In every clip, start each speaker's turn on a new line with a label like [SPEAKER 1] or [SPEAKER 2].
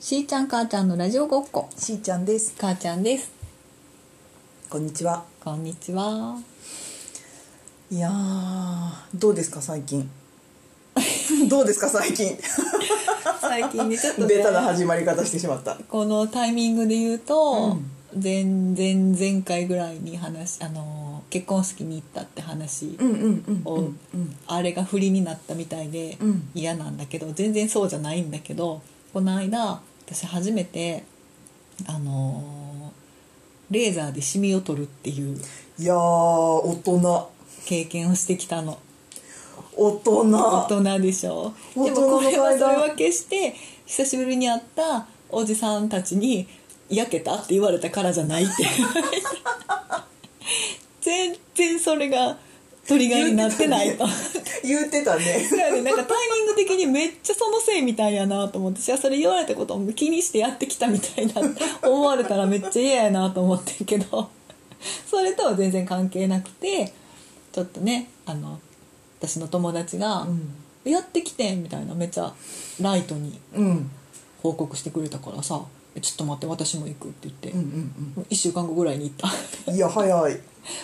[SPEAKER 1] しーちゃん母ちゃんのラジオごっこ
[SPEAKER 2] しーちゃんです
[SPEAKER 1] 母ちゃんです
[SPEAKER 2] こんにちは
[SPEAKER 1] こんにちはい
[SPEAKER 2] やーどうですか最近 どうですか最近
[SPEAKER 1] 最近ねちょっと、ね、
[SPEAKER 2] ベタな始まり方してしまった
[SPEAKER 1] このタイミングで言うと、前前前回ぐらいに話あのー結婚式に行ったって話
[SPEAKER 2] うんうんうん
[SPEAKER 1] を、あれが振りになったみたいで
[SPEAKER 2] うん
[SPEAKER 1] 嫌なんだけど、全然そうじゃないんだけどこの間私初めてあのーレーザーでシミを取るっていう
[SPEAKER 2] いやー大人
[SPEAKER 1] 経験をしてきたの
[SPEAKER 2] 大人
[SPEAKER 1] 大人でしょ
[SPEAKER 2] 大
[SPEAKER 1] で
[SPEAKER 2] 人
[SPEAKER 1] も
[SPEAKER 2] の
[SPEAKER 1] これは
[SPEAKER 2] 階
[SPEAKER 1] そ
[SPEAKER 2] 段
[SPEAKER 1] れは決して久しぶりに会ったおじさんたちに「焼けた?」って言われたからじゃないって 全然それがトリガーになってないと
[SPEAKER 2] 言ってたね
[SPEAKER 1] ぐ らいでなんかタイミング的にめっちゃそのせいみたいやなと思って私はそれ言われたことを気にしてやってきたみ たいな思われたらめっちゃ嫌やなと思ってるけどそれとは全然関係なくてちょっとねあの私の友達が
[SPEAKER 2] ん
[SPEAKER 1] 「やってきてん」みたいなめっちゃライトに
[SPEAKER 2] うんうん
[SPEAKER 1] 報告してくれたからさ「えちょっと待って私も行く」って言って、
[SPEAKER 2] う
[SPEAKER 1] も
[SPEAKER 2] ん
[SPEAKER 1] う1週間後ぐらいに行った。
[SPEAKER 2] うんいや早い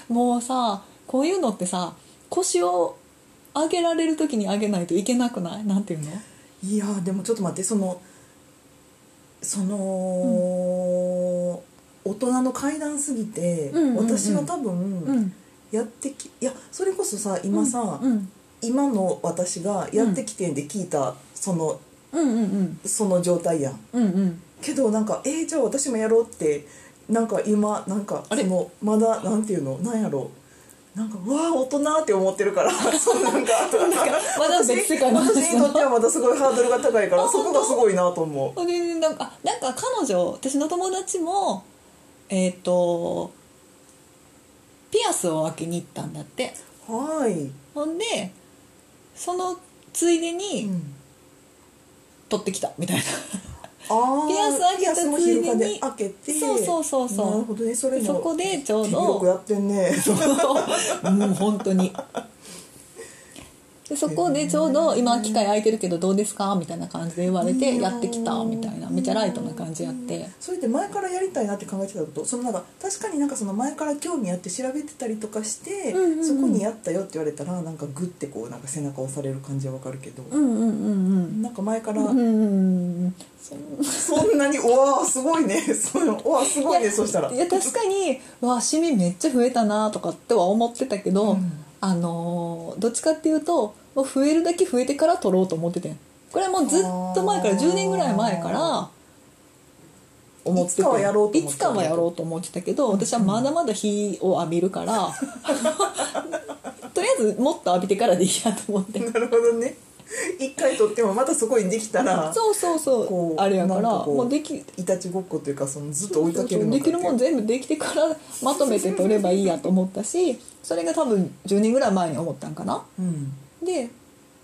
[SPEAKER 1] もうさこういうのってさ腰を上げられる時に上げないといけなくないなんていうの
[SPEAKER 2] いやーでもちょっと待ってそのその、大人の階段すぎて、
[SPEAKER 1] うんうんうん
[SPEAKER 2] 私は多分、
[SPEAKER 1] うん
[SPEAKER 2] やってきいやそれこそさ今さ、
[SPEAKER 1] うん
[SPEAKER 2] 今の私がやってきてんで聞いたその
[SPEAKER 1] うんうんうん
[SPEAKER 2] その状態やん
[SPEAKER 1] うんうん
[SPEAKER 2] けどなんかえー、じゃあ私もやろうってなんか今なんか
[SPEAKER 1] あれ
[SPEAKER 2] そのまだなんていうのなんやろうなんかうわあ大人って思ってるか らそうなんか
[SPEAKER 1] まだ別世界の話
[SPEAKER 2] 私にとってはまだすごいハードルが高いか
[SPEAKER 1] あ
[SPEAKER 2] らそこがすごいなと思う
[SPEAKER 1] それでなんかあなんか彼女私の友達もえっ、とピアスを開けに行ったんだって
[SPEAKER 2] はい、
[SPEAKER 1] ほんでそのついでに取ってきたみたいな、
[SPEAKER 2] あー
[SPEAKER 1] ピアス開け
[SPEAKER 2] ピ
[SPEAKER 1] た
[SPEAKER 2] アスも昼間
[SPEAKER 1] ついで
[SPEAKER 2] で
[SPEAKER 1] に
[SPEAKER 2] 開けて
[SPEAKER 1] そうそうそうそう
[SPEAKER 2] なるほどねそれも
[SPEAKER 1] そこでちょうど
[SPEAKER 2] 手広くやってんね
[SPEAKER 1] うん本当にでそこでちょうど「今機械空いてるけどどうですか?」みたいな感じで言われて「やってきた」みたいなめっちゃライトな感じやって
[SPEAKER 2] それって前からやりたいなって考えてたことそのなんか確かになんかその前から興味あって調べてたりとかして、
[SPEAKER 1] うんうんうん
[SPEAKER 2] そこにやったよって言われたらなんかグッてこうなんか背中押される感じはわかるけど、
[SPEAKER 1] うんうんうん
[SPEAKER 2] なんか前から、
[SPEAKER 1] うんうんうんそ
[SPEAKER 2] そんなに「うわあすごいね」その「うわあすごいね」そしたら
[SPEAKER 1] いや確かに「わシミめっちゃ増えたな」とかっては思ってたけど、
[SPEAKER 2] うん
[SPEAKER 1] あのーどっちかっていうともう増えるだけ増えてから取ろうと思っててこれはもうずっと前から
[SPEAKER 2] あー
[SPEAKER 1] 10年ぐらい前から思ってて
[SPEAKER 2] いつかはやろうと思って
[SPEAKER 1] いつかはやろうと思ってたけど私はまだまだ日を浴びるから とりあえずもっと浴びてからでいいやと思って
[SPEAKER 2] なるほどね一回取ってもまたそこにできたら
[SPEAKER 1] そうそうそう
[SPEAKER 2] こう
[SPEAKER 1] あれやから
[SPEAKER 2] なんかこう
[SPEAKER 1] もうでき
[SPEAKER 2] いたちごっこというかそのずっと追いかけるのか
[SPEAKER 1] できるもん全部できてからまとめて取ればいいやと思ったしそれが多分10年ぐらい前に思ったんかな
[SPEAKER 2] うん
[SPEAKER 1] で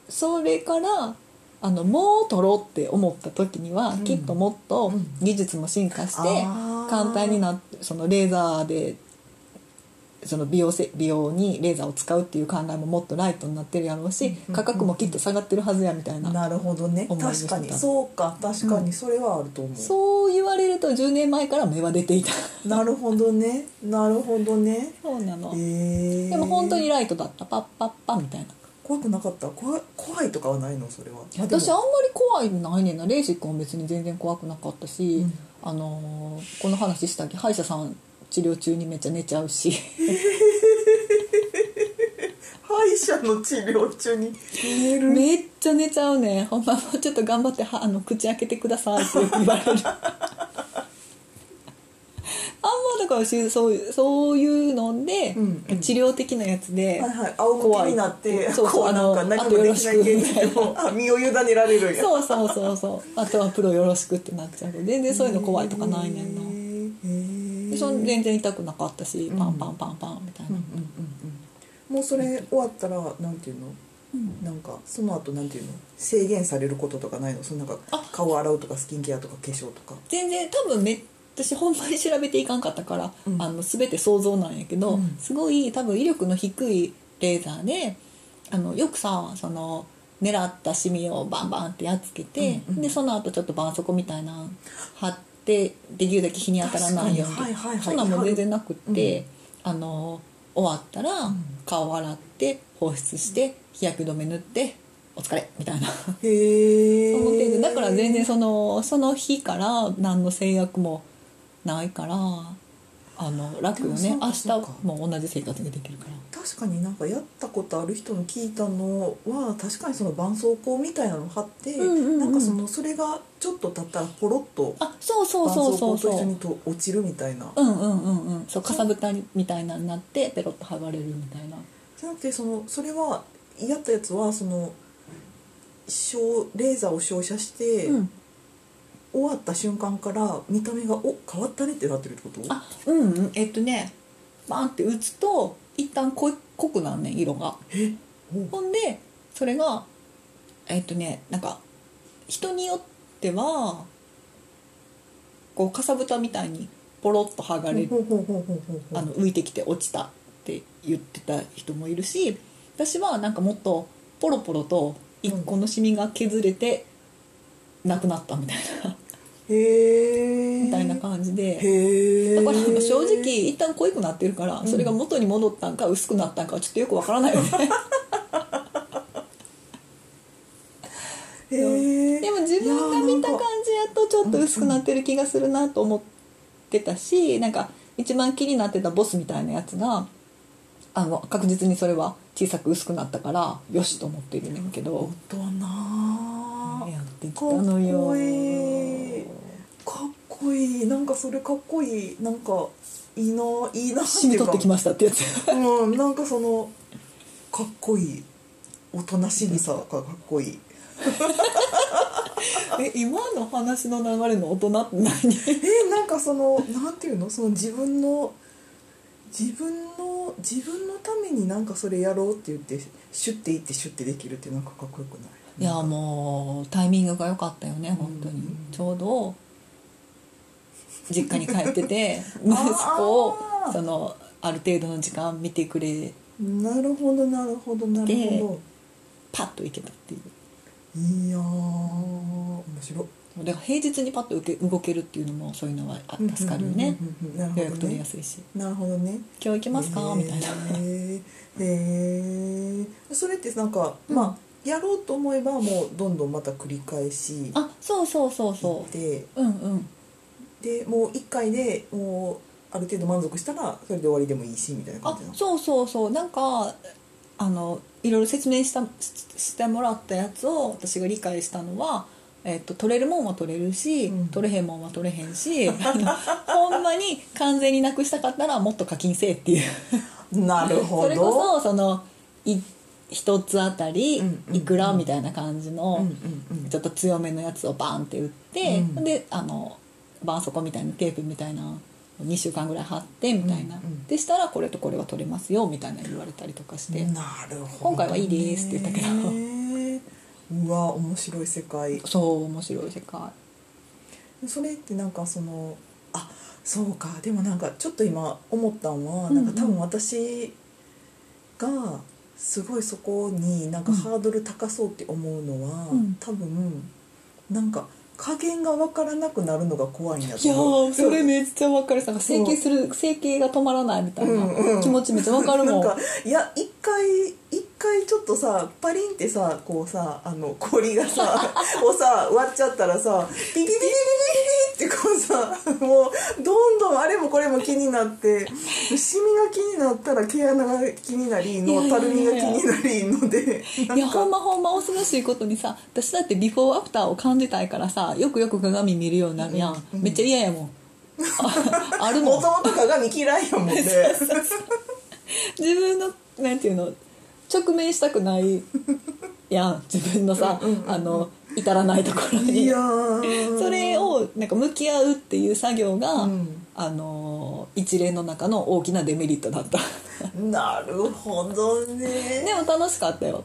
[SPEAKER 1] それからあのもう取ろうって思った時には、きっともっと技術も進化して、
[SPEAKER 2] あー
[SPEAKER 1] 簡単になってそのレーザーでその美容せ美容にレーザーを使うっていう考えももっとライトになってるやろうし、価格もきっと下がってるはずやみたいな、
[SPEAKER 2] なるほどね
[SPEAKER 1] 思いまし
[SPEAKER 2] 確
[SPEAKER 1] た
[SPEAKER 2] かにそうか確かにそれはあると思う、
[SPEAKER 1] そう言われると10年前から芽は出ていた
[SPEAKER 2] なるほどねなるほどね
[SPEAKER 1] そうなの、
[SPEAKER 2] えー、
[SPEAKER 1] でも本当にライトだったパッパッパみたいな
[SPEAKER 2] 怖くなかった怖い怖いとかはないのそれは
[SPEAKER 1] 私あん
[SPEAKER 2] は
[SPEAKER 1] まり怖いのないねんなレーシックも別に全然怖くなかったし、
[SPEAKER 2] ん
[SPEAKER 1] あのーこの話したっけ歯医者さん治療中にめっちゃ寝ちゃうし
[SPEAKER 2] 歯医者の治療中に寝る
[SPEAKER 1] めっちゃ寝ちゃうねほんまもうちょっと頑張ってはあの口開けてくださいってよく言われる あんまだからしそういうそういうので、
[SPEAKER 2] うんうん
[SPEAKER 1] 治療的なやつで、
[SPEAKER 2] はいはい仰向けになって
[SPEAKER 1] 怖いそうそう
[SPEAKER 2] こうなん
[SPEAKER 1] あ
[SPEAKER 2] か
[SPEAKER 1] の
[SPEAKER 2] 何もでき
[SPEAKER 1] あとよ
[SPEAKER 2] ないけ
[SPEAKER 1] ろしくみ
[SPEAKER 2] れ
[SPEAKER 1] たい
[SPEAKER 2] どもあ身を委ねられるんや
[SPEAKER 1] そうそうそうそうあとはプロよろしくってなっちゃう全然そういうの怖いとかないねんな、
[SPEAKER 2] へー
[SPEAKER 1] でその全然痛くなかったし、パンパンパンパンみたいな、
[SPEAKER 2] うんうんうんもうそれ終わったらなんていうの、なんかその後なんていうの制限されることとかないのそのなんか
[SPEAKER 1] あ
[SPEAKER 2] 顔洗うとかスキンケアとか化粧とか
[SPEAKER 1] 全然多分め私ほんまに調べていかんかったから、
[SPEAKER 2] うん
[SPEAKER 1] あの全て想像なんやけど、
[SPEAKER 2] うん
[SPEAKER 1] すごい多分威力の低いレーザーであのよくさその狙ったシミをバンバンってやっつけて、
[SPEAKER 2] うんうん
[SPEAKER 1] でその後ちょっと絆創膏みたいなの貼ってできるだけ日に当たらないように
[SPEAKER 2] 確かにはいはいはい
[SPEAKER 1] そんなんも全然なくって
[SPEAKER 2] うん、
[SPEAKER 1] あの終わったら顔洗って放出して日焼け止め塗ってお疲れみたいな。
[SPEAKER 2] へえ
[SPEAKER 1] その程度だから全然そのその日から何の制約もないからあの楽よ
[SPEAKER 2] で
[SPEAKER 1] ね明
[SPEAKER 2] も
[SPEAKER 1] 日
[SPEAKER 2] そうかそうか
[SPEAKER 1] も同じ生活ができるから
[SPEAKER 2] 確かになんかやったことある人に聞いたのは確かにその絆創膏みたいなのを貼って、
[SPEAKER 1] うんうんうん
[SPEAKER 2] なんかそのそれがちょっと経ったらポロッと
[SPEAKER 1] あそうそう
[SPEAKER 2] 絆
[SPEAKER 1] そう
[SPEAKER 2] 創
[SPEAKER 1] そうそ
[SPEAKER 2] 膏と一緒に
[SPEAKER 1] う
[SPEAKER 2] と落ちるみたいな
[SPEAKER 1] うんうんうんうんそうかさぶたみたいなのになってペロッと剥がれるみたいな
[SPEAKER 2] じゃなくてそのそれはやったやつはその照レーザーを照射して、
[SPEAKER 1] うん
[SPEAKER 2] 終わった瞬間から見た目がお変わったねってなってるってこと
[SPEAKER 1] あうんうんえっとねバーンって打つと一旦濃い濃くなんねん色が
[SPEAKER 2] えお
[SPEAKER 1] ほんでそれがえっとねなんか人によってはこうかさぶたみたいにポロッと剥がれる
[SPEAKER 2] ほうほうほうほうほうほう
[SPEAKER 1] あの浮いてきて落ちたって言ってた人もいるし私はなんかもっとポロポロと一個のシミが削れてなくなったみたいな、
[SPEAKER 2] へえ
[SPEAKER 1] みたいな感じで。
[SPEAKER 2] へえ
[SPEAKER 1] だからあの正直一旦濃いくなってるからそれが元に戻ったんか薄くなったんかはちょっとよくわからないよね
[SPEAKER 2] へえ
[SPEAKER 1] でも自分が見た感じやとちょっと薄くなってる気がするなと思ってたしなんか一番気になってたボスみたいなやつがあの確実にそれは小さく薄くなったからよしと思っているねんけど
[SPEAKER 2] 大人
[SPEAKER 1] やってき
[SPEAKER 2] か
[SPEAKER 1] た
[SPEAKER 2] っ
[SPEAKER 1] のよ
[SPEAKER 2] こいいかっこいいなんかそれかっこいいなんかいいないいな
[SPEAKER 1] 染み取ってき
[SPEAKER 2] ま
[SPEAKER 1] ましたってやつ
[SPEAKER 2] すうんなんかそのかっこいい大人しみさがかっこいい
[SPEAKER 1] え今の話の流れの大人って何
[SPEAKER 2] えーなんかそのなんていうのその自分の自分の自分のためになんかそれやろうって言ってシュッていってシュッてできるってなんかかっこよくない
[SPEAKER 1] いやもうタイミングが良かったよね本当に、
[SPEAKER 2] うん
[SPEAKER 1] ちょうど実家に帰ってて息子を
[SPEAKER 2] あー
[SPEAKER 1] そのある程度の時間見てくれ
[SPEAKER 2] なるほどなるほどなる
[SPEAKER 1] で
[SPEAKER 2] ほ
[SPEAKER 1] パッと行けたっていう
[SPEAKER 2] どいやー面白い
[SPEAKER 1] だから平日にパッと受け動けるっていうのもそういうのはあ助かるよね
[SPEAKER 2] うんうんうんうんなるほ
[SPEAKER 1] 予
[SPEAKER 2] ど
[SPEAKER 1] 約取り
[SPEAKER 2] ね
[SPEAKER 1] やすいし
[SPEAKER 2] なるほどね
[SPEAKER 1] 「今日行きますか?」みたいな
[SPEAKER 2] へえへえそれってなんか、
[SPEAKER 1] うん
[SPEAKER 2] まあやろうと思えばもうどんどんまた繰り返し
[SPEAKER 1] あそうそうそう
[SPEAKER 2] 行
[SPEAKER 1] そ
[SPEAKER 2] って
[SPEAKER 1] ううんうん
[SPEAKER 2] でもう1回でもうある程度満足したらそれで終わりでもいいしみたいな感
[SPEAKER 1] あ
[SPEAKER 2] じなの
[SPEAKER 1] そうそうそうなんかあのいろいろ説明したししてもらったやつを私が理解したのは、えっと取れるもんは取れるし、
[SPEAKER 2] うん
[SPEAKER 1] 取れへんもんは取れへんしあのほんまに完全になくしたかったらもっと課金せえっていう
[SPEAKER 2] なるほど
[SPEAKER 1] それこそそのい一つあたり
[SPEAKER 2] うんうんうん
[SPEAKER 1] いくらみたいな感じの、
[SPEAKER 2] うんうんうん
[SPEAKER 1] ちょっと強めのやつをバンって打って、
[SPEAKER 2] うん
[SPEAKER 1] であの絆創膏みたいなテープみたいな2週間ぐらい貼ってみたいな、
[SPEAKER 2] うんうん
[SPEAKER 1] でしたらこれとこれは取れますよみたいな言われたりとかして、
[SPEAKER 2] なるほど、ね、
[SPEAKER 1] 今回はいいですって言ったけど
[SPEAKER 2] うわ面白い世界
[SPEAKER 1] そう面白い世界
[SPEAKER 2] それってなんかそのあそうかでもなんかちょっと今思ったのは
[SPEAKER 1] うんう
[SPEAKER 2] なんんか多分私がすごいそこになんか
[SPEAKER 1] うん
[SPEAKER 2] ハードル高そうって思うのは、
[SPEAKER 1] うん
[SPEAKER 2] 多分なんか加減が分からなくなるのが怖いんだ
[SPEAKER 1] い
[SPEAKER 2] と
[SPEAKER 1] や
[SPEAKER 2] 思う
[SPEAKER 1] ーそれめっちゃ分かるさ整形する整形が止まらないみたい
[SPEAKER 2] うんう
[SPEAKER 1] なん気持ちめっちゃ分かるもん
[SPEAKER 2] なんかいや一回一回ちょっとさパリンってさこうさあの氷 がさをさ割っちゃったらさピピピピピピピってこうさもうどんどんあれもこれも気になってシミが気になったら毛穴が気になり
[SPEAKER 1] いや
[SPEAKER 2] の
[SPEAKER 1] いや
[SPEAKER 2] た
[SPEAKER 1] いや
[SPEAKER 2] るみが気になりのでない
[SPEAKER 1] や
[SPEAKER 2] ん
[SPEAKER 1] ほん
[SPEAKER 2] か
[SPEAKER 1] まほんま恐ろしいことにさ私だってビフォーアフターを感じたいからさよくよく鏡見るようになるやん、
[SPEAKER 2] うんうん
[SPEAKER 1] めっちゃ嫌や もんああるも
[SPEAKER 2] も
[SPEAKER 1] ん
[SPEAKER 2] ともと鏡嫌いやもん ね
[SPEAKER 1] 自分のなんていうの直面したくないやん自分のさあの至らないところ
[SPEAKER 2] い
[SPEAKER 1] に
[SPEAKER 2] やー
[SPEAKER 1] それをなんか向き合うっていう作業が、
[SPEAKER 2] うん
[SPEAKER 1] あの一連の中の大きなデメリットだった
[SPEAKER 2] なるほどね
[SPEAKER 1] でも楽しかったよ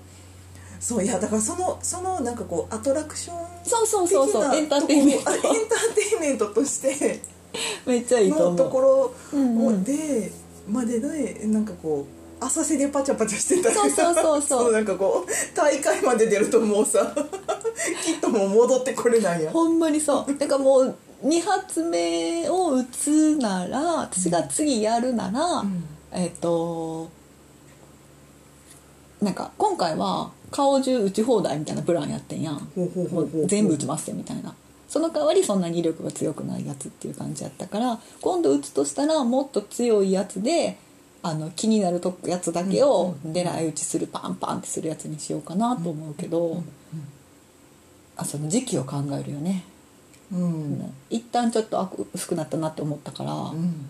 [SPEAKER 2] そういやだからそのそのなんかこうアトラクション
[SPEAKER 1] そうそうそうそう
[SPEAKER 2] 的な
[SPEAKER 1] エンターテインメント
[SPEAKER 2] と ころあエンターテインメントとして
[SPEAKER 1] めっちゃいいと
[SPEAKER 2] の
[SPEAKER 1] 思
[SPEAKER 2] と
[SPEAKER 1] う
[SPEAKER 2] ころ
[SPEAKER 1] うんう
[SPEAKER 2] を
[SPEAKER 1] ん
[SPEAKER 2] でまででなんかこう浅瀬でパチャパチャしてたり
[SPEAKER 1] そうそう そうそう
[SPEAKER 2] なんかこう大会まで出るともうさ きっともう戻ってこれないやん
[SPEAKER 1] ほんまにそうだからもう2発目を打つなら私が次やるなら、
[SPEAKER 2] ん
[SPEAKER 1] えっ、となんか今回は顔中打ち放題みたいなプランやってんやん
[SPEAKER 2] ほうほうほうほう
[SPEAKER 1] もう全部打ちますよみたいなその代わりそんなに威力が強くないやつっていう感じやったから今度打つとしたらもっと強いやつであの気になるとこやつだけを狙い撃ちするパンパンってするやつにしようかなと思うけど、あその時期を考えるよね、
[SPEAKER 2] うん
[SPEAKER 1] 一旦ちょっとあ薄くなったなって思ったから、
[SPEAKER 2] うん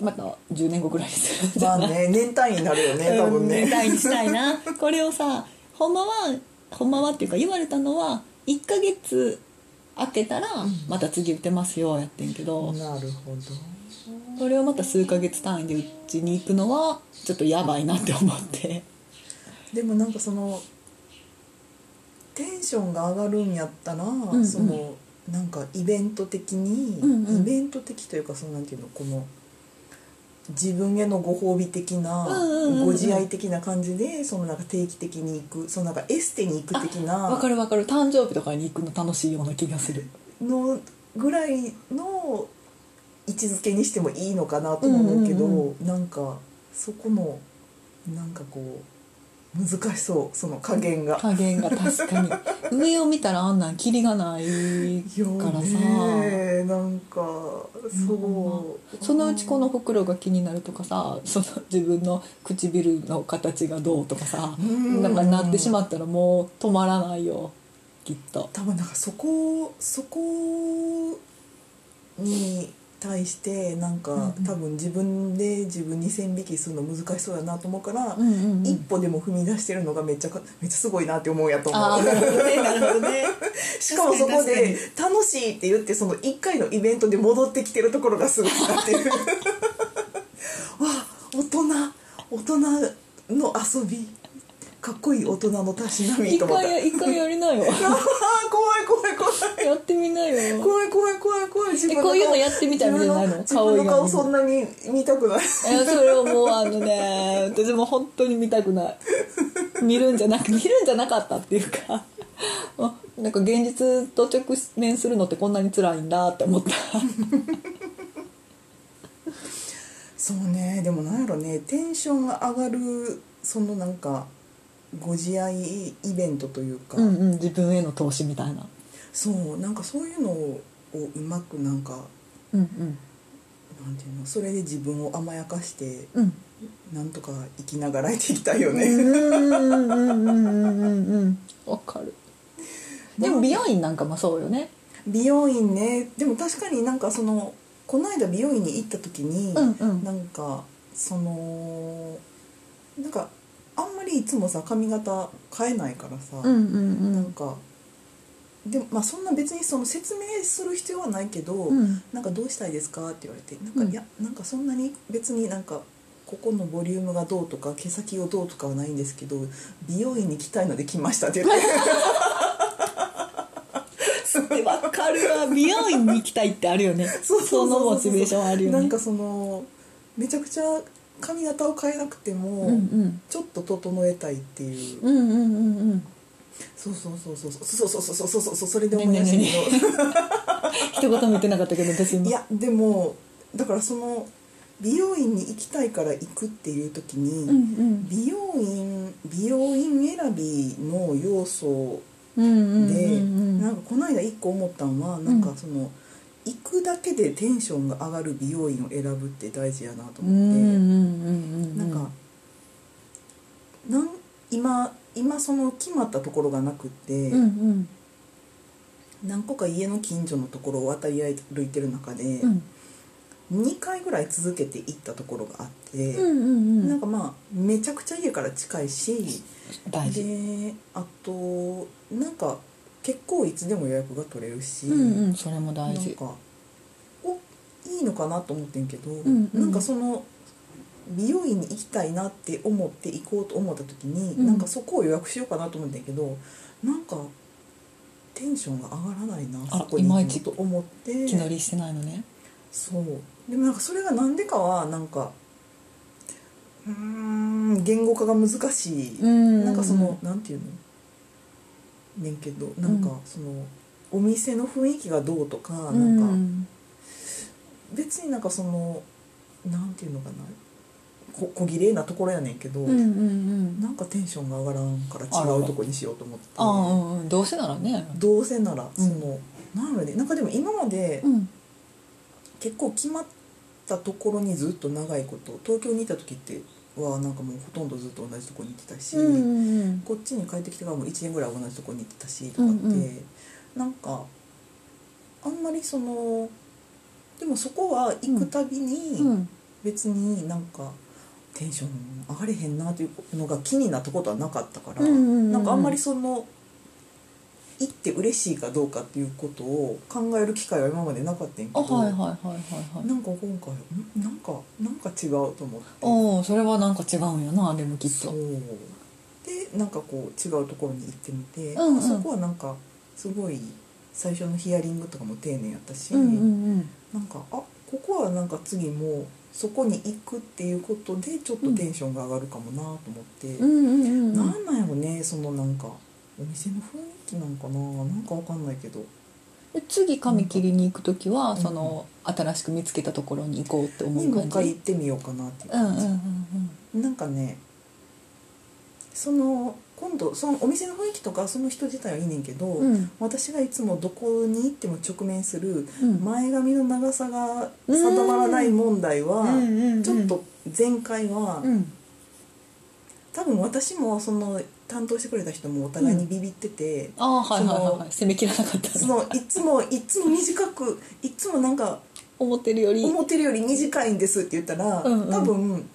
[SPEAKER 1] また10年後ぐらいにするんじ
[SPEAKER 2] ま
[SPEAKER 1] ゃ
[SPEAKER 2] あ
[SPEAKER 1] ない、
[SPEAKER 2] ね年単位になるよね多分ね
[SPEAKER 1] みたいにしたいなこれをさほんまはほんまはっていうか言われたのは1ヶ月空けたらまた次打てますよやってんけど、
[SPEAKER 2] なるほど
[SPEAKER 1] これをまた数ヶ月単位で打ちに行くのはちょっとやばいなって思って
[SPEAKER 2] でもなんかそのテンションが上がるんやったら、
[SPEAKER 1] ん
[SPEAKER 2] そのなんかイベント的に、
[SPEAKER 1] うんうん
[SPEAKER 2] イベント的というかそのなんていうのこの自分へのご褒美的な、
[SPEAKER 1] うんうんうんうん
[SPEAKER 2] ご自愛的な感じでそのなんか定期的に行くそのなんかエステに行く的
[SPEAKER 1] わ
[SPEAKER 2] な
[SPEAKER 1] かるわかる誕生日とかに行くの楽しいような気がする
[SPEAKER 2] のぐらいの位置づけにしてもいいのかなとも思うけど、
[SPEAKER 1] うんう
[SPEAKER 2] なんかそこのなんかこう難しそうその加減が。
[SPEAKER 1] 加減が確かに上を見たらあんなんキリがないからさ、
[SPEAKER 2] よねなんかそう
[SPEAKER 1] そのうちこのほくろが気になるとかさその自分の唇の形がどうとかさ
[SPEAKER 2] うん
[SPEAKER 1] なんかなってしまったらもう止まらないよきっと。
[SPEAKER 2] 多分なんかそこそこに対してなんか、
[SPEAKER 1] うんうん
[SPEAKER 2] 多分自分で自分に線引きするの難しそうやなと思うから、
[SPEAKER 1] うんうんうん
[SPEAKER 2] 一歩でも踏み出してるのがめっちゃかめっちゃすごいなって思うやと
[SPEAKER 1] あ
[SPEAKER 2] 思
[SPEAKER 1] あ
[SPEAKER 2] う
[SPEAKER 1] なるほどねなるほどね
[SPEAKER 2] しかもそこ
[SPEAKER 1] 確かに
[SPEAKER 2] で楽しいって言ってその1回のイベントで戻ってきてるところがすごいなっていう わあ大人大人の遊びかっこいい大人のたしなみ
[SPEAKER 1] 一
[SPEAKER 2] と思った
[SPEAKER 1] 回や一回やりなよ
[SPEAKER 2] あー怖い怖い怖い
[SPEAKER 1] やってみなよ
[SPEAKER 2] 怖い怖い怖い怖い自
[SPEAKER 1] こういうのやってみたいみたいなのないの
[SPEAKER 2] 自分
[SPEAKER 1] 顔以外
[SPEAKER 2] の
[SPEAKER 1] にも
[SPEAKER 2] 顔そんなに見たくない
[SPEAKER 1] いやそれをもうあのね私も本当に見たくない見るんじゃなく見るんじゃなかったっていうかあなんか現実と直面するのってこんなに辛いんだって思った
[SPEAKER 2] そうねでもなんやろねテンションが上がるそのなんかご自愛イベントというか、
[SPEAKER 1] うんうん自分への投資みたいな
[SPEAKER 2] そうなんかそういうのをうまくなんか
[SPEAKER 1] うんうん
[SPEAKER 2] なんていうのそれで自分を甘やかして
[SPEAKER 1] うん
[SPEAKER 2] なんとか生きながらえていきたいよ
[SPEAKER 1] うんうんうんうんうん
[SPEAKER 2] ね、
[SPEAKER 1] うんうんわかるでも美容院なんかもそうよね
[SPEAKER 2] 美容院ねでも確かになんかそのこの間美容院に行った時に、
[SPEAKER 1] うんうん
[SPEAKER 2] なんかそのなんかあんまりいつもさ髪型変えないからさ、
[SPEAKER 1] うんう
[SPEAKER 2] なんんかでもまあそんな別にその説明する必要はないけど、
[SPEAKER 1] うんうん
[SPEAKER 2] なんかどうしたいですか?」って言われて「なんか、
[SPEAKER 1] うん
[SPEAKER 2] いやなんかそんなに別になんかここのボリュームがどうとか毛先をどうとかはないんですけど美容院に来たいので来ました」って言って
[SPEAKER 1] わかるわ美容院に行きたいってあるよね
[SPEAKER 2] そうそうそうそう
[SPEAKER 1] のモチベーションあるよね
[SPEAKER 2] なんかそのめちゃくちゃ髪型を変えなくても、
[SPEAKER 1] うんうん
[SPEAKER 2] ちょっと整えたいっていう、
[SPEAKER 1] うんうんうんうん
[SPEAKER 2] そうそうそうそうそうそうそうそうそうそうそうそれで思い出したけど。
[SPEAKER 1] 一言も言ってなかったけど私も
[SPEAKER 2] いやでもだからその美容院に行きたいから行くっていう時に、
[SPEAKER 1] うんうん
[SPEAKER 2] 美容院美容院選びの要素
[SPEAKER 1] うんうん
[SPEAKER 2] で、
[SPEAKER 1] うんう
[SPEAKER 2] なんんかこの間一個思ったのはなんかその、行くだけでテンションが上がる美容院を選ぶって大事やなと
[SPEAKER 1] うんう
[SPEAKER 2] 思
[SPEAKER 1] ん
[SPEAKER 2] って。
[SPEAKER 1] うん
[SPEAKER 2] なんか、なん今今その決まったところがなくって、
[SPEAKER 1] うんうん
[SPEAKER 2] 何個か家の近所のところを渡り歩いてる中で、
[SPEAKER 1] うん
[SPEAKER 2] 2回ぐらい続けて行ったところがあって、
[SPEAKER 1] うんうんうん
[SPEAKER 2] なんかまあめちゃくちゃ家から近いし
[SPEAKER 1] 大事
[SPEAKER 2] であとなんか結構いつでも予約が取れるし、
[SPEAKER 1] うんうんそれも
[SPEAKER 2] な
[SPEAKER 1] 大
[SPEAKER 2] ん
[SPEAKER 1] 事
[SPEAKER 2] かおいいのかなと思ってんけど、
[SPEAKER 1] んうん
[SPEAKER 2] なんかその美容院に行きたいなって思って行こうと思った時に、
[SPEAKER 1] うん
[SPEAKER 2] なんかそこを予約しようかなと思ってんけどなんかテンションが上がらないな
[SPEAKER 1] あ
[SPEAKER 2] そこに
[SPEAKER 1] いま
[SPEAKER 2] 行
[SPEAKER 1] い
[SPEAKER 2] く
[SPEAKER 1] ち
[SPEAKER 2] と思って
[SPEAKER 1] 気乗りしてないのね
[SPEAKER 2] そうでもなんかそれがなんでかはなんかうーん言語化が難しい
[SPEAKER 1] うん
[SPEAKER 2] なんかそのなんていうのねんけどなんか
[SPEAKER 1] うん
[SPEAKER 2] その、お店の雰囲気がどうとかなんか、
[SPEAKER 1] うん
[SPEAKER 2] 別になんかそのなんていうのかなこ小綺麗なところやねんけど、
[SPEAKER 1] うんうんうん
[SPEAKER 2] なんかテンションが上がらんから
[SPEAKER 1] あら
[SPEAKER 2] 違
[SPEAKER 1] ら
[SPEAKER 2] うとこにしようと思ってて
[SPEAKER 1] ああうんうんどうせならね
[SPEAKER 2] どうせなら
[SPEAKER 1] う
[SPEAKER 2] そ
[SPEAKER 1] ん
[SPEAKER 2] の、なんやろねなんかでも今まで
[SPEAKER 1] うん
[SPEAKER 2] 結構決まったところにずっと長いこと東京にいた時ってはなんかもうほとんどずっと同じとこに行ってたし、
[SPEAKER 1] うんうん
[SPEAKER 2] こっちに帰ってきてからも1年ぐらい同じとこに行ってたしとかって、
[SPEAKER 1] うんうん
[SPEAKER 2] なんかあんまりそのでもそこは行くたびに、
[SPEAKER 1] うんうん
[SPEAKER 2] 別になんかテンション上がれへんなというのが気になったことはなかったから、
[SPEAKER 1] うんうんうんうん
[SPEAKER 2] なんかあんまりその行って嬉しいかどうかっていうことを考える機会は今までなかったんやけ
[SPEAKER 1] あ
[SPEAKER 2] ど、
[SPEAKER 1] はいはいはいはいはい
[SPEAKER 2] なんか今回んなんかなんか違うと思って
[SPEAKER 1] おおそれはなんか違うんやなでもきっ
[SPEAKER 2] そ
[SPEAKER 1] と
[SPEAKER 2] うでなんかこう違うところに行ってみて、
[SPEAKER 1] うんうん
[SPEAKER 2] そこはなんかすごい最初のヒアリングとかも丁寧やったし、
[SPEAKER 1] うんうんうん
[SPEAKER 2] なんかあここはなんか次もうそこに行くっていうことでちょっとテンションが上がるかもなと思って、
[SPEAKER 1] うんうんうんうん
[SPEAKER 2] なんなんやろねそのなんかお店の雰囲気なんかななんかわかんないけど
[SPEAKER 1] で次髪切りに行く時は、
[SPEAKER 2] うん
[SPEAKER 1] その新しく見つけたところに行こうって思
[SPEAKER 2] に
[SPEAKER 1] う
[SPEAKER 2] もう一
[SPEAKER 1] 感
[SPEAKER 2] 回
[SPEAKER 1] じ
[SPEAKER 2] 行ってみようかなっていう
[SPEAKER 1] うんうん
[SPEAKER 2] 感じ、
[SPEAKER 1] うん
[SPEAKER 2] なんかねその今度そのお店の雰囲気とかその人自体はいいねんけど、
[SPEAKER 1] うんうん
[SPEAKER 2] 私がいつもどこに行っても直面する
[SPEAKER 1] うん
[SPEAKER 2] 前髪の長さが定まらない問題は
[SPEAKER 1] うんうんうん
[SPEAKER 2] ちょっと前回は
[SPEAKER 1] うん
[SPEAKER 2] 多分私もその担当してくれた人もお互いにビビってて、
[SPEAKER 1] ああはいはいはい
[SPEAKER 2] そ
[SPEAKER 1] は
[SPEAKER 2] の
[SPEAKER 1] い攻めきらなかった
[SPEAKER 2] そのいつもいつも短くいつもなんか
[SPEAKER 1] 思ってるより
[SPEAKER 2] 思ってるより短いんですって言ったら、
[SPEAKER 1] うんうん
[SPEAKER 2] 多分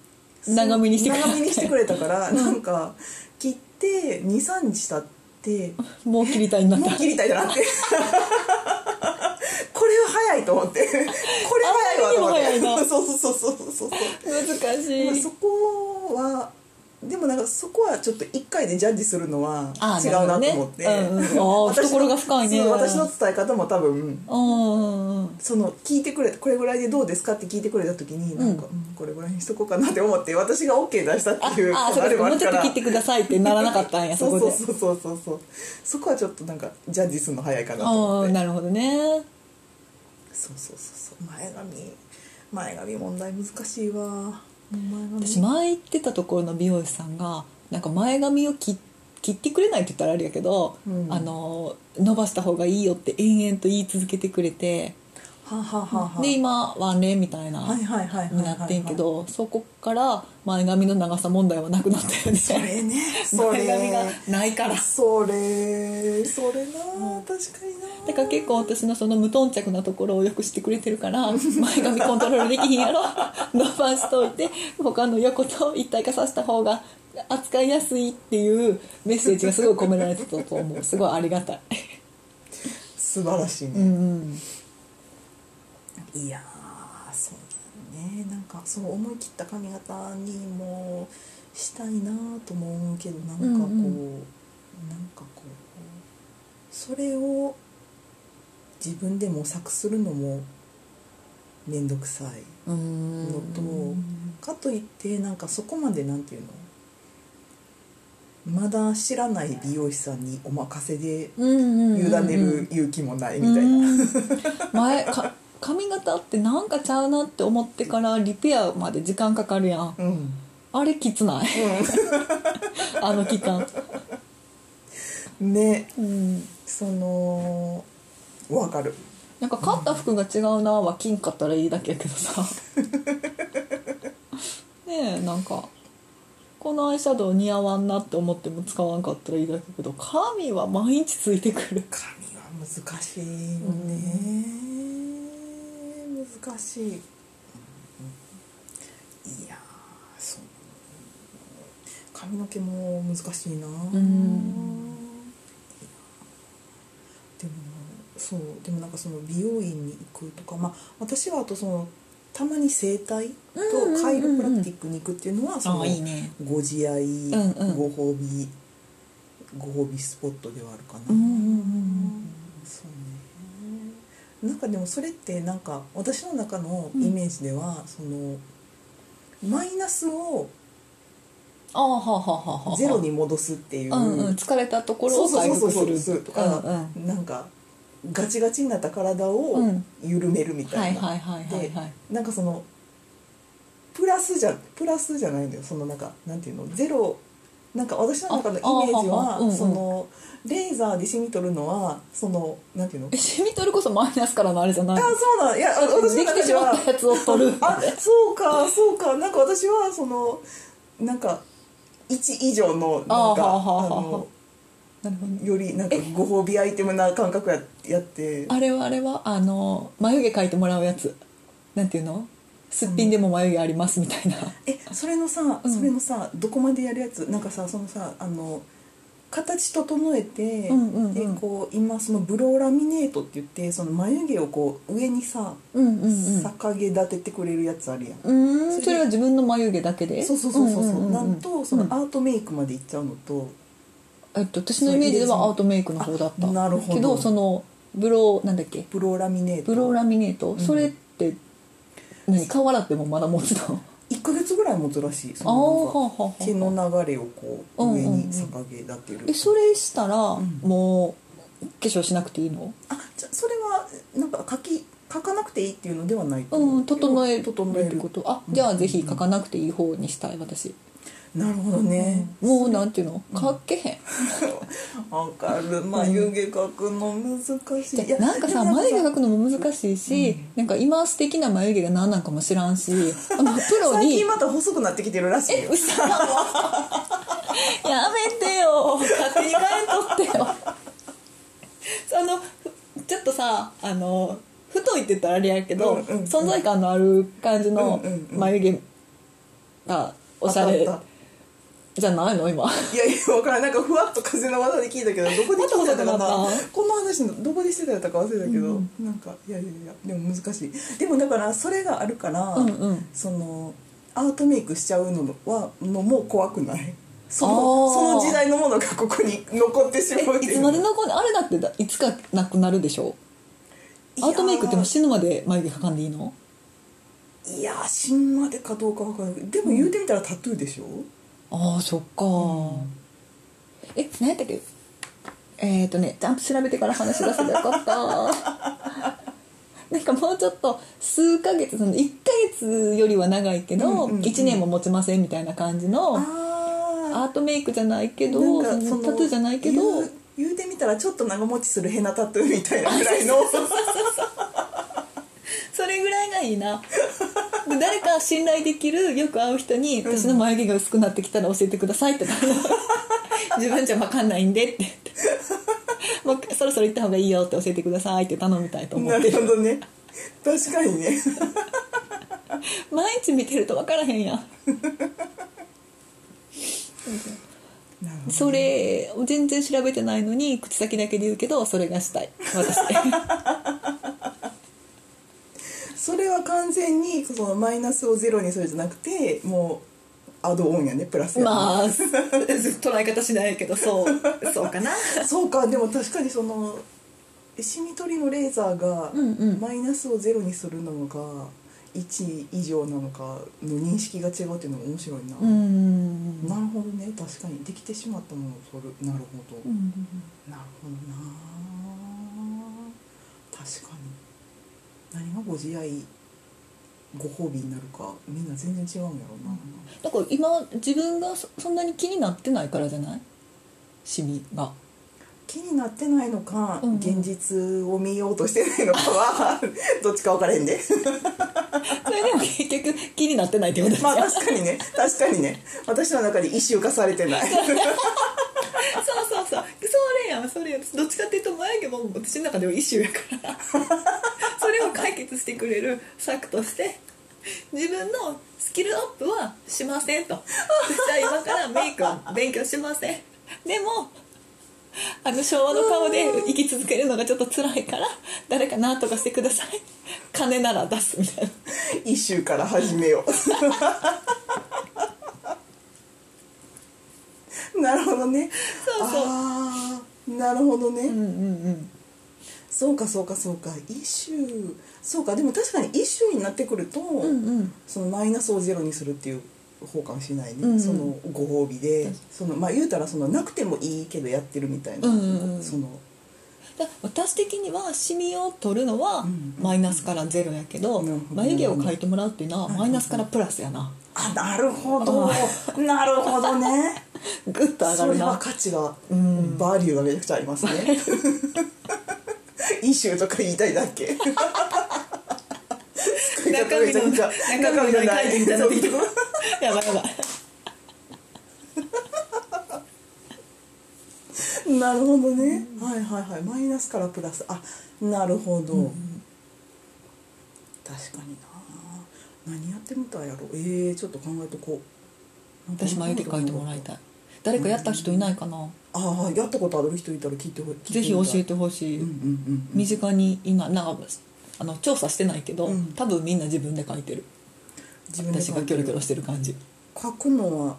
[SPEAKER 1] 長めにしてくれた
[SPEAKER 2] 長めにしてくれたからなんか切って23日経って
[SPEAKER 1] もう切りたいになっ
[SPEAKER 2] も
[SPEAKER 1] た
[SPEAKER 2] う切りたいじゃなくて これは早いと思ってこれ早いわと思
[SPEAKER 1] あまりにも早いな
[SPEAKER 2] って そうそうそうそうそうそう
[SPEAKER 1] 難し
[SPEAKER 2] まあ
[SPEAKER 1] い
[SPEAKER 2] そこはでもなんかそこはちょっと一回でジャッジするのは
[SPEAKER 1] あー
[SPEAKER 2] 違うなと思って、
[SPEAKER 1] なるほどねうんうんあー
[SPEAKER 2] 私の
[SPEAKER 1] 懐が深いね
[SPEAKER 2] そう私の伝え方も多分
[SPEAKER 1] うんうんうん
[SPEAKER 2] その聞いてくれこれぐらいでどうですかって聞いてくれた時になんか、うんこれぐらいにしとこうかなって思って私が OK 出した
[SPEAKER 1] あ
[SPEAKER 2] っていう
[SPEAKER 1] あそうか
[SPEAKER 2] あれ
[SPEAKER 1] そうか
[SPEAKER 2] も
[SPEAKER 1] も
[SPEAKER 2] ある
[SPEAKER 1] うちょっ
[SPEAKER 2] か
[SPEAKER 1] と
[SPEAKER 2] ら
[SPEAKER 1] 切ってくださいってならなかったんやそ
[SPEAKER 2] そ
[SPEAKER 1] こ
[SPEAKER 2] う
[SPEAKER 1] で
[SPEAKER 2] そうそうそうそうそうそこはちょっとなんかジャッジするの早いかなと思
[SPEAKER 1] あ
[SPEAKER 2] っ
[SPEAKER 1] あ
[SPEAKER 2] て
[SPEAKER 1] なるほどね
[SPEAKER 2] そうそうそうそう前髪前髪問題難しいわもう前髪
[SPEAKER 1] 私前行ってたところの美容師さんがなんか前髪を切切ってくれないって言ったらあれやけど、
[SPEAKER 2] うん
[SPEAKER 1] あの伸ばした方がいいよって延々と言い続けてくれて
[SPEAKER 2] はあはあはあはあ
[SPEAKER 1] で今ワンレンみたいな
[SPEAKER 2] はいはいはいはいはいはい
[SPEAKER 1] になってんけどそこから前髪の長さ問題はなくなったよ
[SPEAKER 2] そ
[SPEAKER 1] ね
[SPEAKER 2] れねそ
[SPEAKER 1] 前
[SPEAKER 2] れ
[SPEAKER 1] 髪がないから
[SPEAKER 2] それそれなあ、確かになあ
[SPEAKER 1] だから結構私のその無頓着なところをよくしてくれてる から前髪コントロールできひんやろ伸ばしといて他の横と一体化させた方が扱いやすいっていうメッセージがすごい込められてたと思うすごいありがたい
[SPEAKER 2] 素晴らしいね、
[SPEAKER 1] うん
[SPEAKER 2] いやーそうだよねなんかそう思い切った髪型にもしたいなとも思うけどなんかこう、
[SPEAKER 1] うんう
[SPEAKER 2] なんかこうそれを自分で模索するのも面倒くさい
[SPEAKER 1] うん
[SPEAKER 2] のと、かといってなんかそこまでなんていうのまだ知らない美容師さんにお任せで
[SPEAKER 1] うん
[SPEAKER 2] 委ねる勇気もないみた
[SPEAKER 1] う
[SPEAKER 2] いな。
[SPEAKER 1] ん前か髪型ってなんかちゃうなって思ってからリペアまで時間かかるやん
[SPEAKER 2] うん
[SPEAKER 1] あれきつない あの期間
[SPEAKER 2] ね
[SPEAKER 1] うん
[SPEAKER 2] そのわかる
[SPEAKER 1] なんか買った服が違うなは金買ったらいいだけやけど さねえなんかこのアイシャドウ似合わんなって思っても使わんかったらいいだけけど髪は毎日ついてくる
[SPEAKER 2] 髪は難しいよね、難しい、いやーそう髪の毛も難しいな、
[SPEAKER 1] ん
[SPEAKER 2] いやでもそうでもなんかその美容院に行くとかまあ私はあとそのたまに整体とカイロプラクティックに行くっていうのはその、
[SPEAKER 1] ね
[SPEAKER 2] ご自愛、
[SPEAKER 1] んうん
[SPEAKER 2] ご褒美ご褒美スポットではあるかな、
[SPEAKER 1] うんうんうんうん
[SPEAKER 2] そうねなんかでもそれってなんか私の中のイメージでは、そのマイナスを
[SPEAKER 1] ああはあはあはあはあ
[SPEAKER 2] ゼロに戻すっていう、
[SPEAKER 1] うんうん、疲れたところ
[SPEAKER 2] そう
[SPEAKER 1] を
[SPEAKER 2] そう
[SPEAKER 1] 回
[SPEAKER 2] そう
[SPEAKER 1] 復
[SPEAKER 2] そう
[SPEAKER 1] する
[SPEAKER 2] と
[SPEAKER 1] と
[SPEAKER 2] か、
[SPEAKER 1] うんうん
[SPEAKER 2] なんかガチガチになった体を
[SPEAKER 1] うん
[SPEAKER 2] 緩めるみたいな、
[SPEAKER 1] はいはいはいはいはい
[SPEAKER 2] でなんかそのプラスじゃプラスじゃないんだよそのなんかなんていうのゼロなんか私の中のイメージ
[SPEAKER 1] ああは
[SPEAKER 2] は
[SPEAKER 1] はうんうん
[SPEAKER 2] そのレーザーで染み取るのはそのなんていうの
[SPEAKER 1] えシミ取るこそマイナスからのあれじゃな
[SPEAKER 2] あ
[SPEAKER 1] い
[SPEAKER 2] そうなんいやあ
[SPEAKER 1] だって
[SPEAKER 2] 私
[SPEAKER 1] できて
[SPEAKER 2] の中で
[SPEAKER 1] しま
[SPEAKER 2] は
[SPEAKER 1] ったやつを取る
[SPEAKER 2] あそうかそうかなんか私はそのなんか1以上のなんか
[SPEAKER 1] あ
[SPEAKER 2] あ
[SPEAKER 1] ーはあはあはあ
[SPEAKER 2] の
[SPEAKER 1] なるほどね
[SPEAKER 2] よりなんかご褒美アイテムな感覚ややって
[SPEAKER 1] あれはあれはあの眉毛描いてもらうやつなんていうのすっぴんでも眉毛ありますみたいな、
[SPEAKER 2] えそれのさ
[SPEAKER 1] うん
[SPEAKER 2] それのさ、どこまでやるやつなんかさそのさあの形整えて、
[SPEAKER 1] うんうんうん
[SPEAKER 2] でこう今そのブローラミネートって言ってその眉毛をこう上にさ、
[SPEAKER 1] うん、うんうん
[SPEAKER 2] 逆毛立ててくれるやつあるやん、
[SPEAKER 1] うーんそれは自分の眉毛だけで
[SPEAKER 2] そうそうそうそう,、
[SPEAKER 1] んんんん
[SPEAKER 2] なんとその
[SPEAKER 1] うん
[SPEAKER 2] アートメイクまでいっちゃうのと、
[SPEAKER 1] えっと、私のイメージではアートメイクの方だった
[SPEAKER 2] あなるほど
[SPEAKER 1] けどそのブローなんだっけ
[SPEAKER 2] ブローラミネート
[SPEAKER 1] ブローラミネート、
[SPEAKER 2] ん
[SPEAKER 1] それって何顔洗ってもまだ持つ の
[SPEAKER 2] 1か月ぐらい持つらしいそ
[SPEAKER 1] あー
[SPEAKER 2] の
[SPEAKER 1] はあはあ
[SPEAKER 2] なん
[SPEAKER 1] はあ
[SPEAKER 2] か毛の流れをこう
[SPEAKER 1] うんうん
[SPEAKER 2] 上
[SPEAKER 1] うん
[SPEAKER 2] に逆毛立てる、
[SPEAKER 1] えそれしたら、
[SPEAKER 2] ん
[SPEAKER 1] もう化粧しなくていいの
[SPEAKER 2] あじゃそれはなんか書き書かなくていいっていうのではないと
[SPEAKER 1] う
[SPEAKER 2] 思
[SPEAKER 1] ん
[SPEAKER 2] けど
[SPEAKER 1] 整える
[SPEAKER 2] 整え
[SPEAKER 1] って
[SPEAKER 2] る
[SPEAKER 1] ことあじゃあぜひ書かなくていい方にしたい私、
[SPEAKER 2] なるほどね、
[SPEAKER 1] もうなんていうの書けへん、
[SPEAKER 2] わかる眉毛描くの難しい,、い
[SPEAKER 1] で
[SPEAKER 2] や
[SPEAKER 1] なんかさ
[SPEAKER 2] でも
[SPEAKER 1] 眉毛描くのも難しいし、なんか今素敵な眉毛が何なんかも知らん しあのプロ
[SPEAKER 2] 最
[SPEAKER 1] に
[SPEAKER 2] 近また細くなってきてるらしいよ
[SPEAKER 1] 嘘やめてよ勝手に変えんとってよ あのふちょっとさあの太いって言ったらあれやけど、
[SPEAKER 2] うんうんうん
[SPEAKER 1] 存在感のある感じの
[SPEAKER 2] うんうんうん
[SPEAKER 1] 眉毛がおしゃれ
[SPEAKER 2] 当たっ
[SPEAKER 1] じゃないの今
[SPEAKER 2] たいやいや分からんないなんかふわっと風の技で聞いたけどど こで聞いた
[SPEAKER 1] ま
[SPEAKER 2] か
[SPEAKER 1] た
[SPEAKER 2] な
[SPEAKER 1] 細くなっ
[SPEAKER 2] この話のどこでしてたやったか忘れたけど、なんかいやいやいやでも難しいでもだからそれがあるから、
[SPEAKER 1] うんうん
[SPEAKER 2] そのアートメイクしちゃうのはのも怖くない
[SPEAKER 1] あ
[SPEAKER 2] その
[SPEAKER 1] ー
[SPEAKER 2] その時代のものがここに残って しまうっ
[SPEAKER 1] え
[SPEAKER 2] て
[SPEAKER 1] い
[SPEAKER 2] いう
[SPEAKER 1] つまで残るあれだってだいつかなくなるでしょ
[SPEAKER 2] いや
[SPEAKER 1] ア
[SPEAKER 2] ー
[SPEAKER 1] ートメイクってもう死ぬまで眉毛描かんでいいの
[SPEAKER 2] いやー死ぬまでかどうか分からないけどでも言うてみたらタトゥーでしょ、
[SPEAKER 1] ああそっか、え何やったっけえっ、ー、とねちゃんと調べてから話し出せばよか ったなんかもうちょっと数ヶ月その1ヶ月よりは長いけど、
[SPEAKER 2] うんうんうん
[SPEAKER 1] 1年も持ちませんみたいな感じのア
[SPEAKER 2] あ
[SPEAKER 1] ートメイクじゃないけ
[SPEAKER 2] ー
[SPEAKER 1] ど
[SPEAKER 2] なんか
[SPEAKER 1] そ
[SPEAKER 2] そ
[SPEAKER 1] の
[SPEAKER 2] の
[SPEAKER 1] タトゥーじゃないけど
[SPEAKER 2] 言う言うてみたらちょっと長持ちするヘナタトゥーみたいなぐらいの
[SPEAKER 1] それぐらいがいいなで誰か信頼できるよく会う人に「私の眉毛が薄くなってきたら教えてください」っ て自分じゃ分かんないんで」って言って「もうそろそろ行った方がいいよ」って教えてくださいって頼みたいと思
[SPEAKER 2] な
[SPEAKER 1] って
[SPEAKER 2] る
[SPEAKER 1] る
[SPEAKER 2] ほどね確かにね
[SPEAKER 1] 毎日見てると分からへんやん
[SPEAKER 2] なるほど
[SPEAKER 1] それを全然調べてないのに口先だけで言うけどそれがしたい私
[SPEAKER 2] それは完全にそのマイナスをゼロにするじゃなくてもうアドオンやねプラスやね
[SPEAKER 1] まあ捉え方しないけどそうそう かな
[SPEAKER 2] そうかでも確かにそのシミ取りのレーザーが
[SPEAKER 1] うんうん
[SPEAKER 2] マイナスをゼロにするのが1以上なのかの認識が違うっていうのが面白いな、
[SPEAKER 1] うん
[SPEAKER 2] なるほどね確かにできてしまったものを取るなるほど、
[SPEAKER 1] うん
[SPEAKER 2] なるほどな確かに何がご自愛ご褒美になるかみんな全然違うんやろうな、
[SPEAKER 1] だから今自分がそそんなに気になってないからじゃないシミが
[SPEAKER 2] 気になってないのか、
[SPEAKER 1] うんうん
[SPEAKER 2] 現実を見ようとしてないの かはどっちか分からへん で
[SPEAKER 1] それでも結局気になってないってことでしょ、
[SPEAKER 2] まあ確かにね確かにね私の中で一周化されてない
[SPEAKER 1] そうそうそうそれやんそれやんどっちかっていうと眉毛も私の中ではイシューやから それを解決してくれる策として自分のスキルアップはしませんと私は今からメイクは勉強しませんでもあの昭和の顔で生き続けるのがちょっと辛いから誰かなんとかしてください金なら出すみたいな
[SPEAKER 2] 一周から始めよ うなるほどね
[SPEAKER 1] そうそう
[SPEAKER 2] あーなるほどね、
[SPEAKER 1] うんうんうん
[SPEAKER 2] そうかそうかそうか一周そうかでも確かに一周になってくると、
[SPEAKER 1] うんうん
[SPEAKER 2] そのマイナスをゼロにするっていう方かもしれないね、
[SPEAKER 1] うんうん
[SPEAKER 2] そのご褒美で
[SPEAKER 1] 確か
[SPEAKER 2] そのまあ言うたらそのなくてもいいけどやってるみたいな、
[SPEAKER 1] うんうんうん
[SPEAKER 2] その
[SPEAKER 1] だ私的にはシミを取るのは
[SPEAKER 2] うん
[SPEAKER 1] マイナスからゼロやけど、
[SPEAKER 2] なるほど
[SPEAKER 1] 眉毛を描いてもらうっていうのは
[SPEAKER 2] うん
[SPEAKER 1] マイナスからプラスやな
[SPEAKER 2] あなるほどなるほ どね
[SPEAKER 1] グッと上が
[SPEAKER 2] そ
[SPEAKER 1] る
[SPEAKER 2] れは
[SPEAKER 1] な
[SPEAKER 2] 価値が、
[SPEAKER 1] うん
[SPEAKER 2] バリューがめちゃくちゃあ りますねイシューとか言いたいだ け使い方めちゃくちゃ
[SPEAKER 1] 中身の中身の
[SPEAKER 2] 中
[SPEAKER 1] 書い
[SPEAKER 2] 身
[SPEAKER 1] て
[SPEAKER 2] が
[SPEAKER 1] み
[SPEAKER 2] ない
[SPEAKER 1] た やばいやばい
[SPEAKER 2] なるほどね、はいはいはいマイナスからプラスあなるほど、確かにな何やってみたいやろえー、ちょっと考えとこうなんか
[SPEAKER 1] 私眉毛描いてもらいたい誰かやった人いないかな
[SPEAKER 2] ああやったことある人いたら聞いてほ聞いてみたい
[SPEAKER 1] ぜひ教えてほしい、
[SPEAKER 2] うんうんうんうん
[SPEAKER 1] 身近にいないなんかあの調査してないけど、
[SPEAKER 2] うん
[SPEAKER 1] 多分みんな自分で描いてる
[SPEAKER 2] 自分で
[SPEAKER 1] 私がキョロキョロしてる感じ
[SPEAKER 2] 書くのは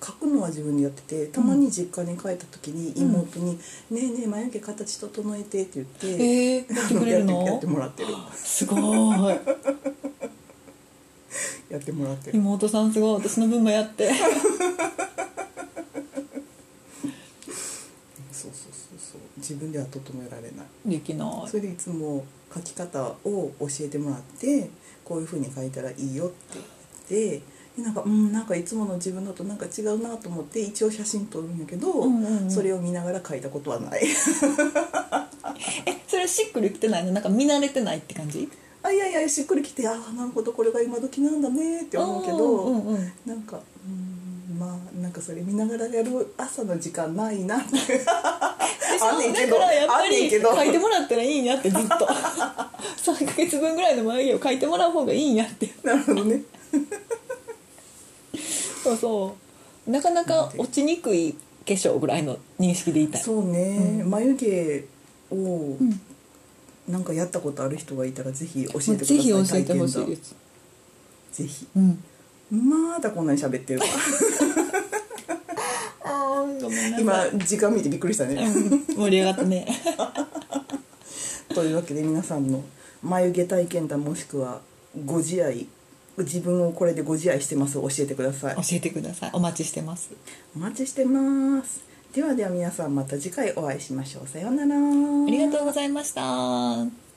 [SPEAKER 2] 書くのは自分でやっててたまに実家に帰った時に
[SPEAKER 1] ん
[SPEAKER 2] 妹に「ねえねえ眉毛形整えて」って言って、
[SPEAKER 1] えー、やってくれる
[SPEAKER 2] やっ
[SPEAKER 1] の
[SPEAKER 2] てやってもらってる
[SPEAKER 1] すごい
[SPEAKER 2] やってもらってる
[SPEAKER 1] 妹さんすごい私の分もやって
[SPEAKER 2] そうそうそうそう自分では整えられない
[SPEAKER 1] できない
[SPEAKER 2] それでいつも書き方を教えてもらってこういう風に書いたらいいよって言ってでなんかうんなんかいつもの自分のとなんか違うなと思って一応写真撮るんやけど、
[SPEAKER 1] うんうんうん
[SPEAKER 2] それを見ながら書いたことはない
[SPEAKER 1] えそれはしっくりきてないのなんか見慣れてないって感じ
[SPEAKER 2] あいやいやしっくりきてああなるほどこれが今時なんだねって思うけど、
[SPEAKER 1] うんうんうん
[SPEAKER 2] なんかうんまあなんかそれ見ながらやる朝の時間ないなって
[SPEAKER 1] でしょ
[SPEAKER 2] あんねんけど
[SPEAKER 1] だからやっぱ
[SPEAKER 2] あんね
[SPEAKER 1] り
[SPEAKER 2] んけど
[SPEAKER 1] 書いてもらったらいいんやってずっと 3ヶ月分ぐらいの眉毛を書いてもらう方がいいんやって
[SPEAKER 2] なるほどね
[SPEAKER 1] そうそうなかなか落ちにくい化粧ぐらいの認識でいたい
[SPEAKER 2] そうね、眉毛を
[SPEAKER 1] ん
[SPEAKER 2] なんかやったことある人がいたらぜひ教えてくださ
[SPEAKER 1] ぜ
[SPEAKER 2] い
[SPEAKER 1] ひ教えてほしい
[SPEAKER 2] 体験
[SPEAKER 1] です、
[SPEAKER 2] 談ぜひ
[SPEAKER 1] うん、
[SPEAKER 2] まだこんなに喋 ってるわ
[SPEAKER 1] あーごめんな
[SPEAKER 2] 今
[SPEAKER 1] さい
[SPEAKER 2] 時間見てびっくりしたね
[SPEAKER 1] うん盛り上がったね
[SPEAKER 2] というわけで皆さんの眉毛体験談もしくはご自愛自分をこれでご自愛してますを教えてください
[SPEAKER 1] 教えてくださいお待ちしてます
[SPEAKER 2] お待ちしてますではでは皆さんまた次回お会いしましょうさようなら
[SPEAKER 1] ありがとうございました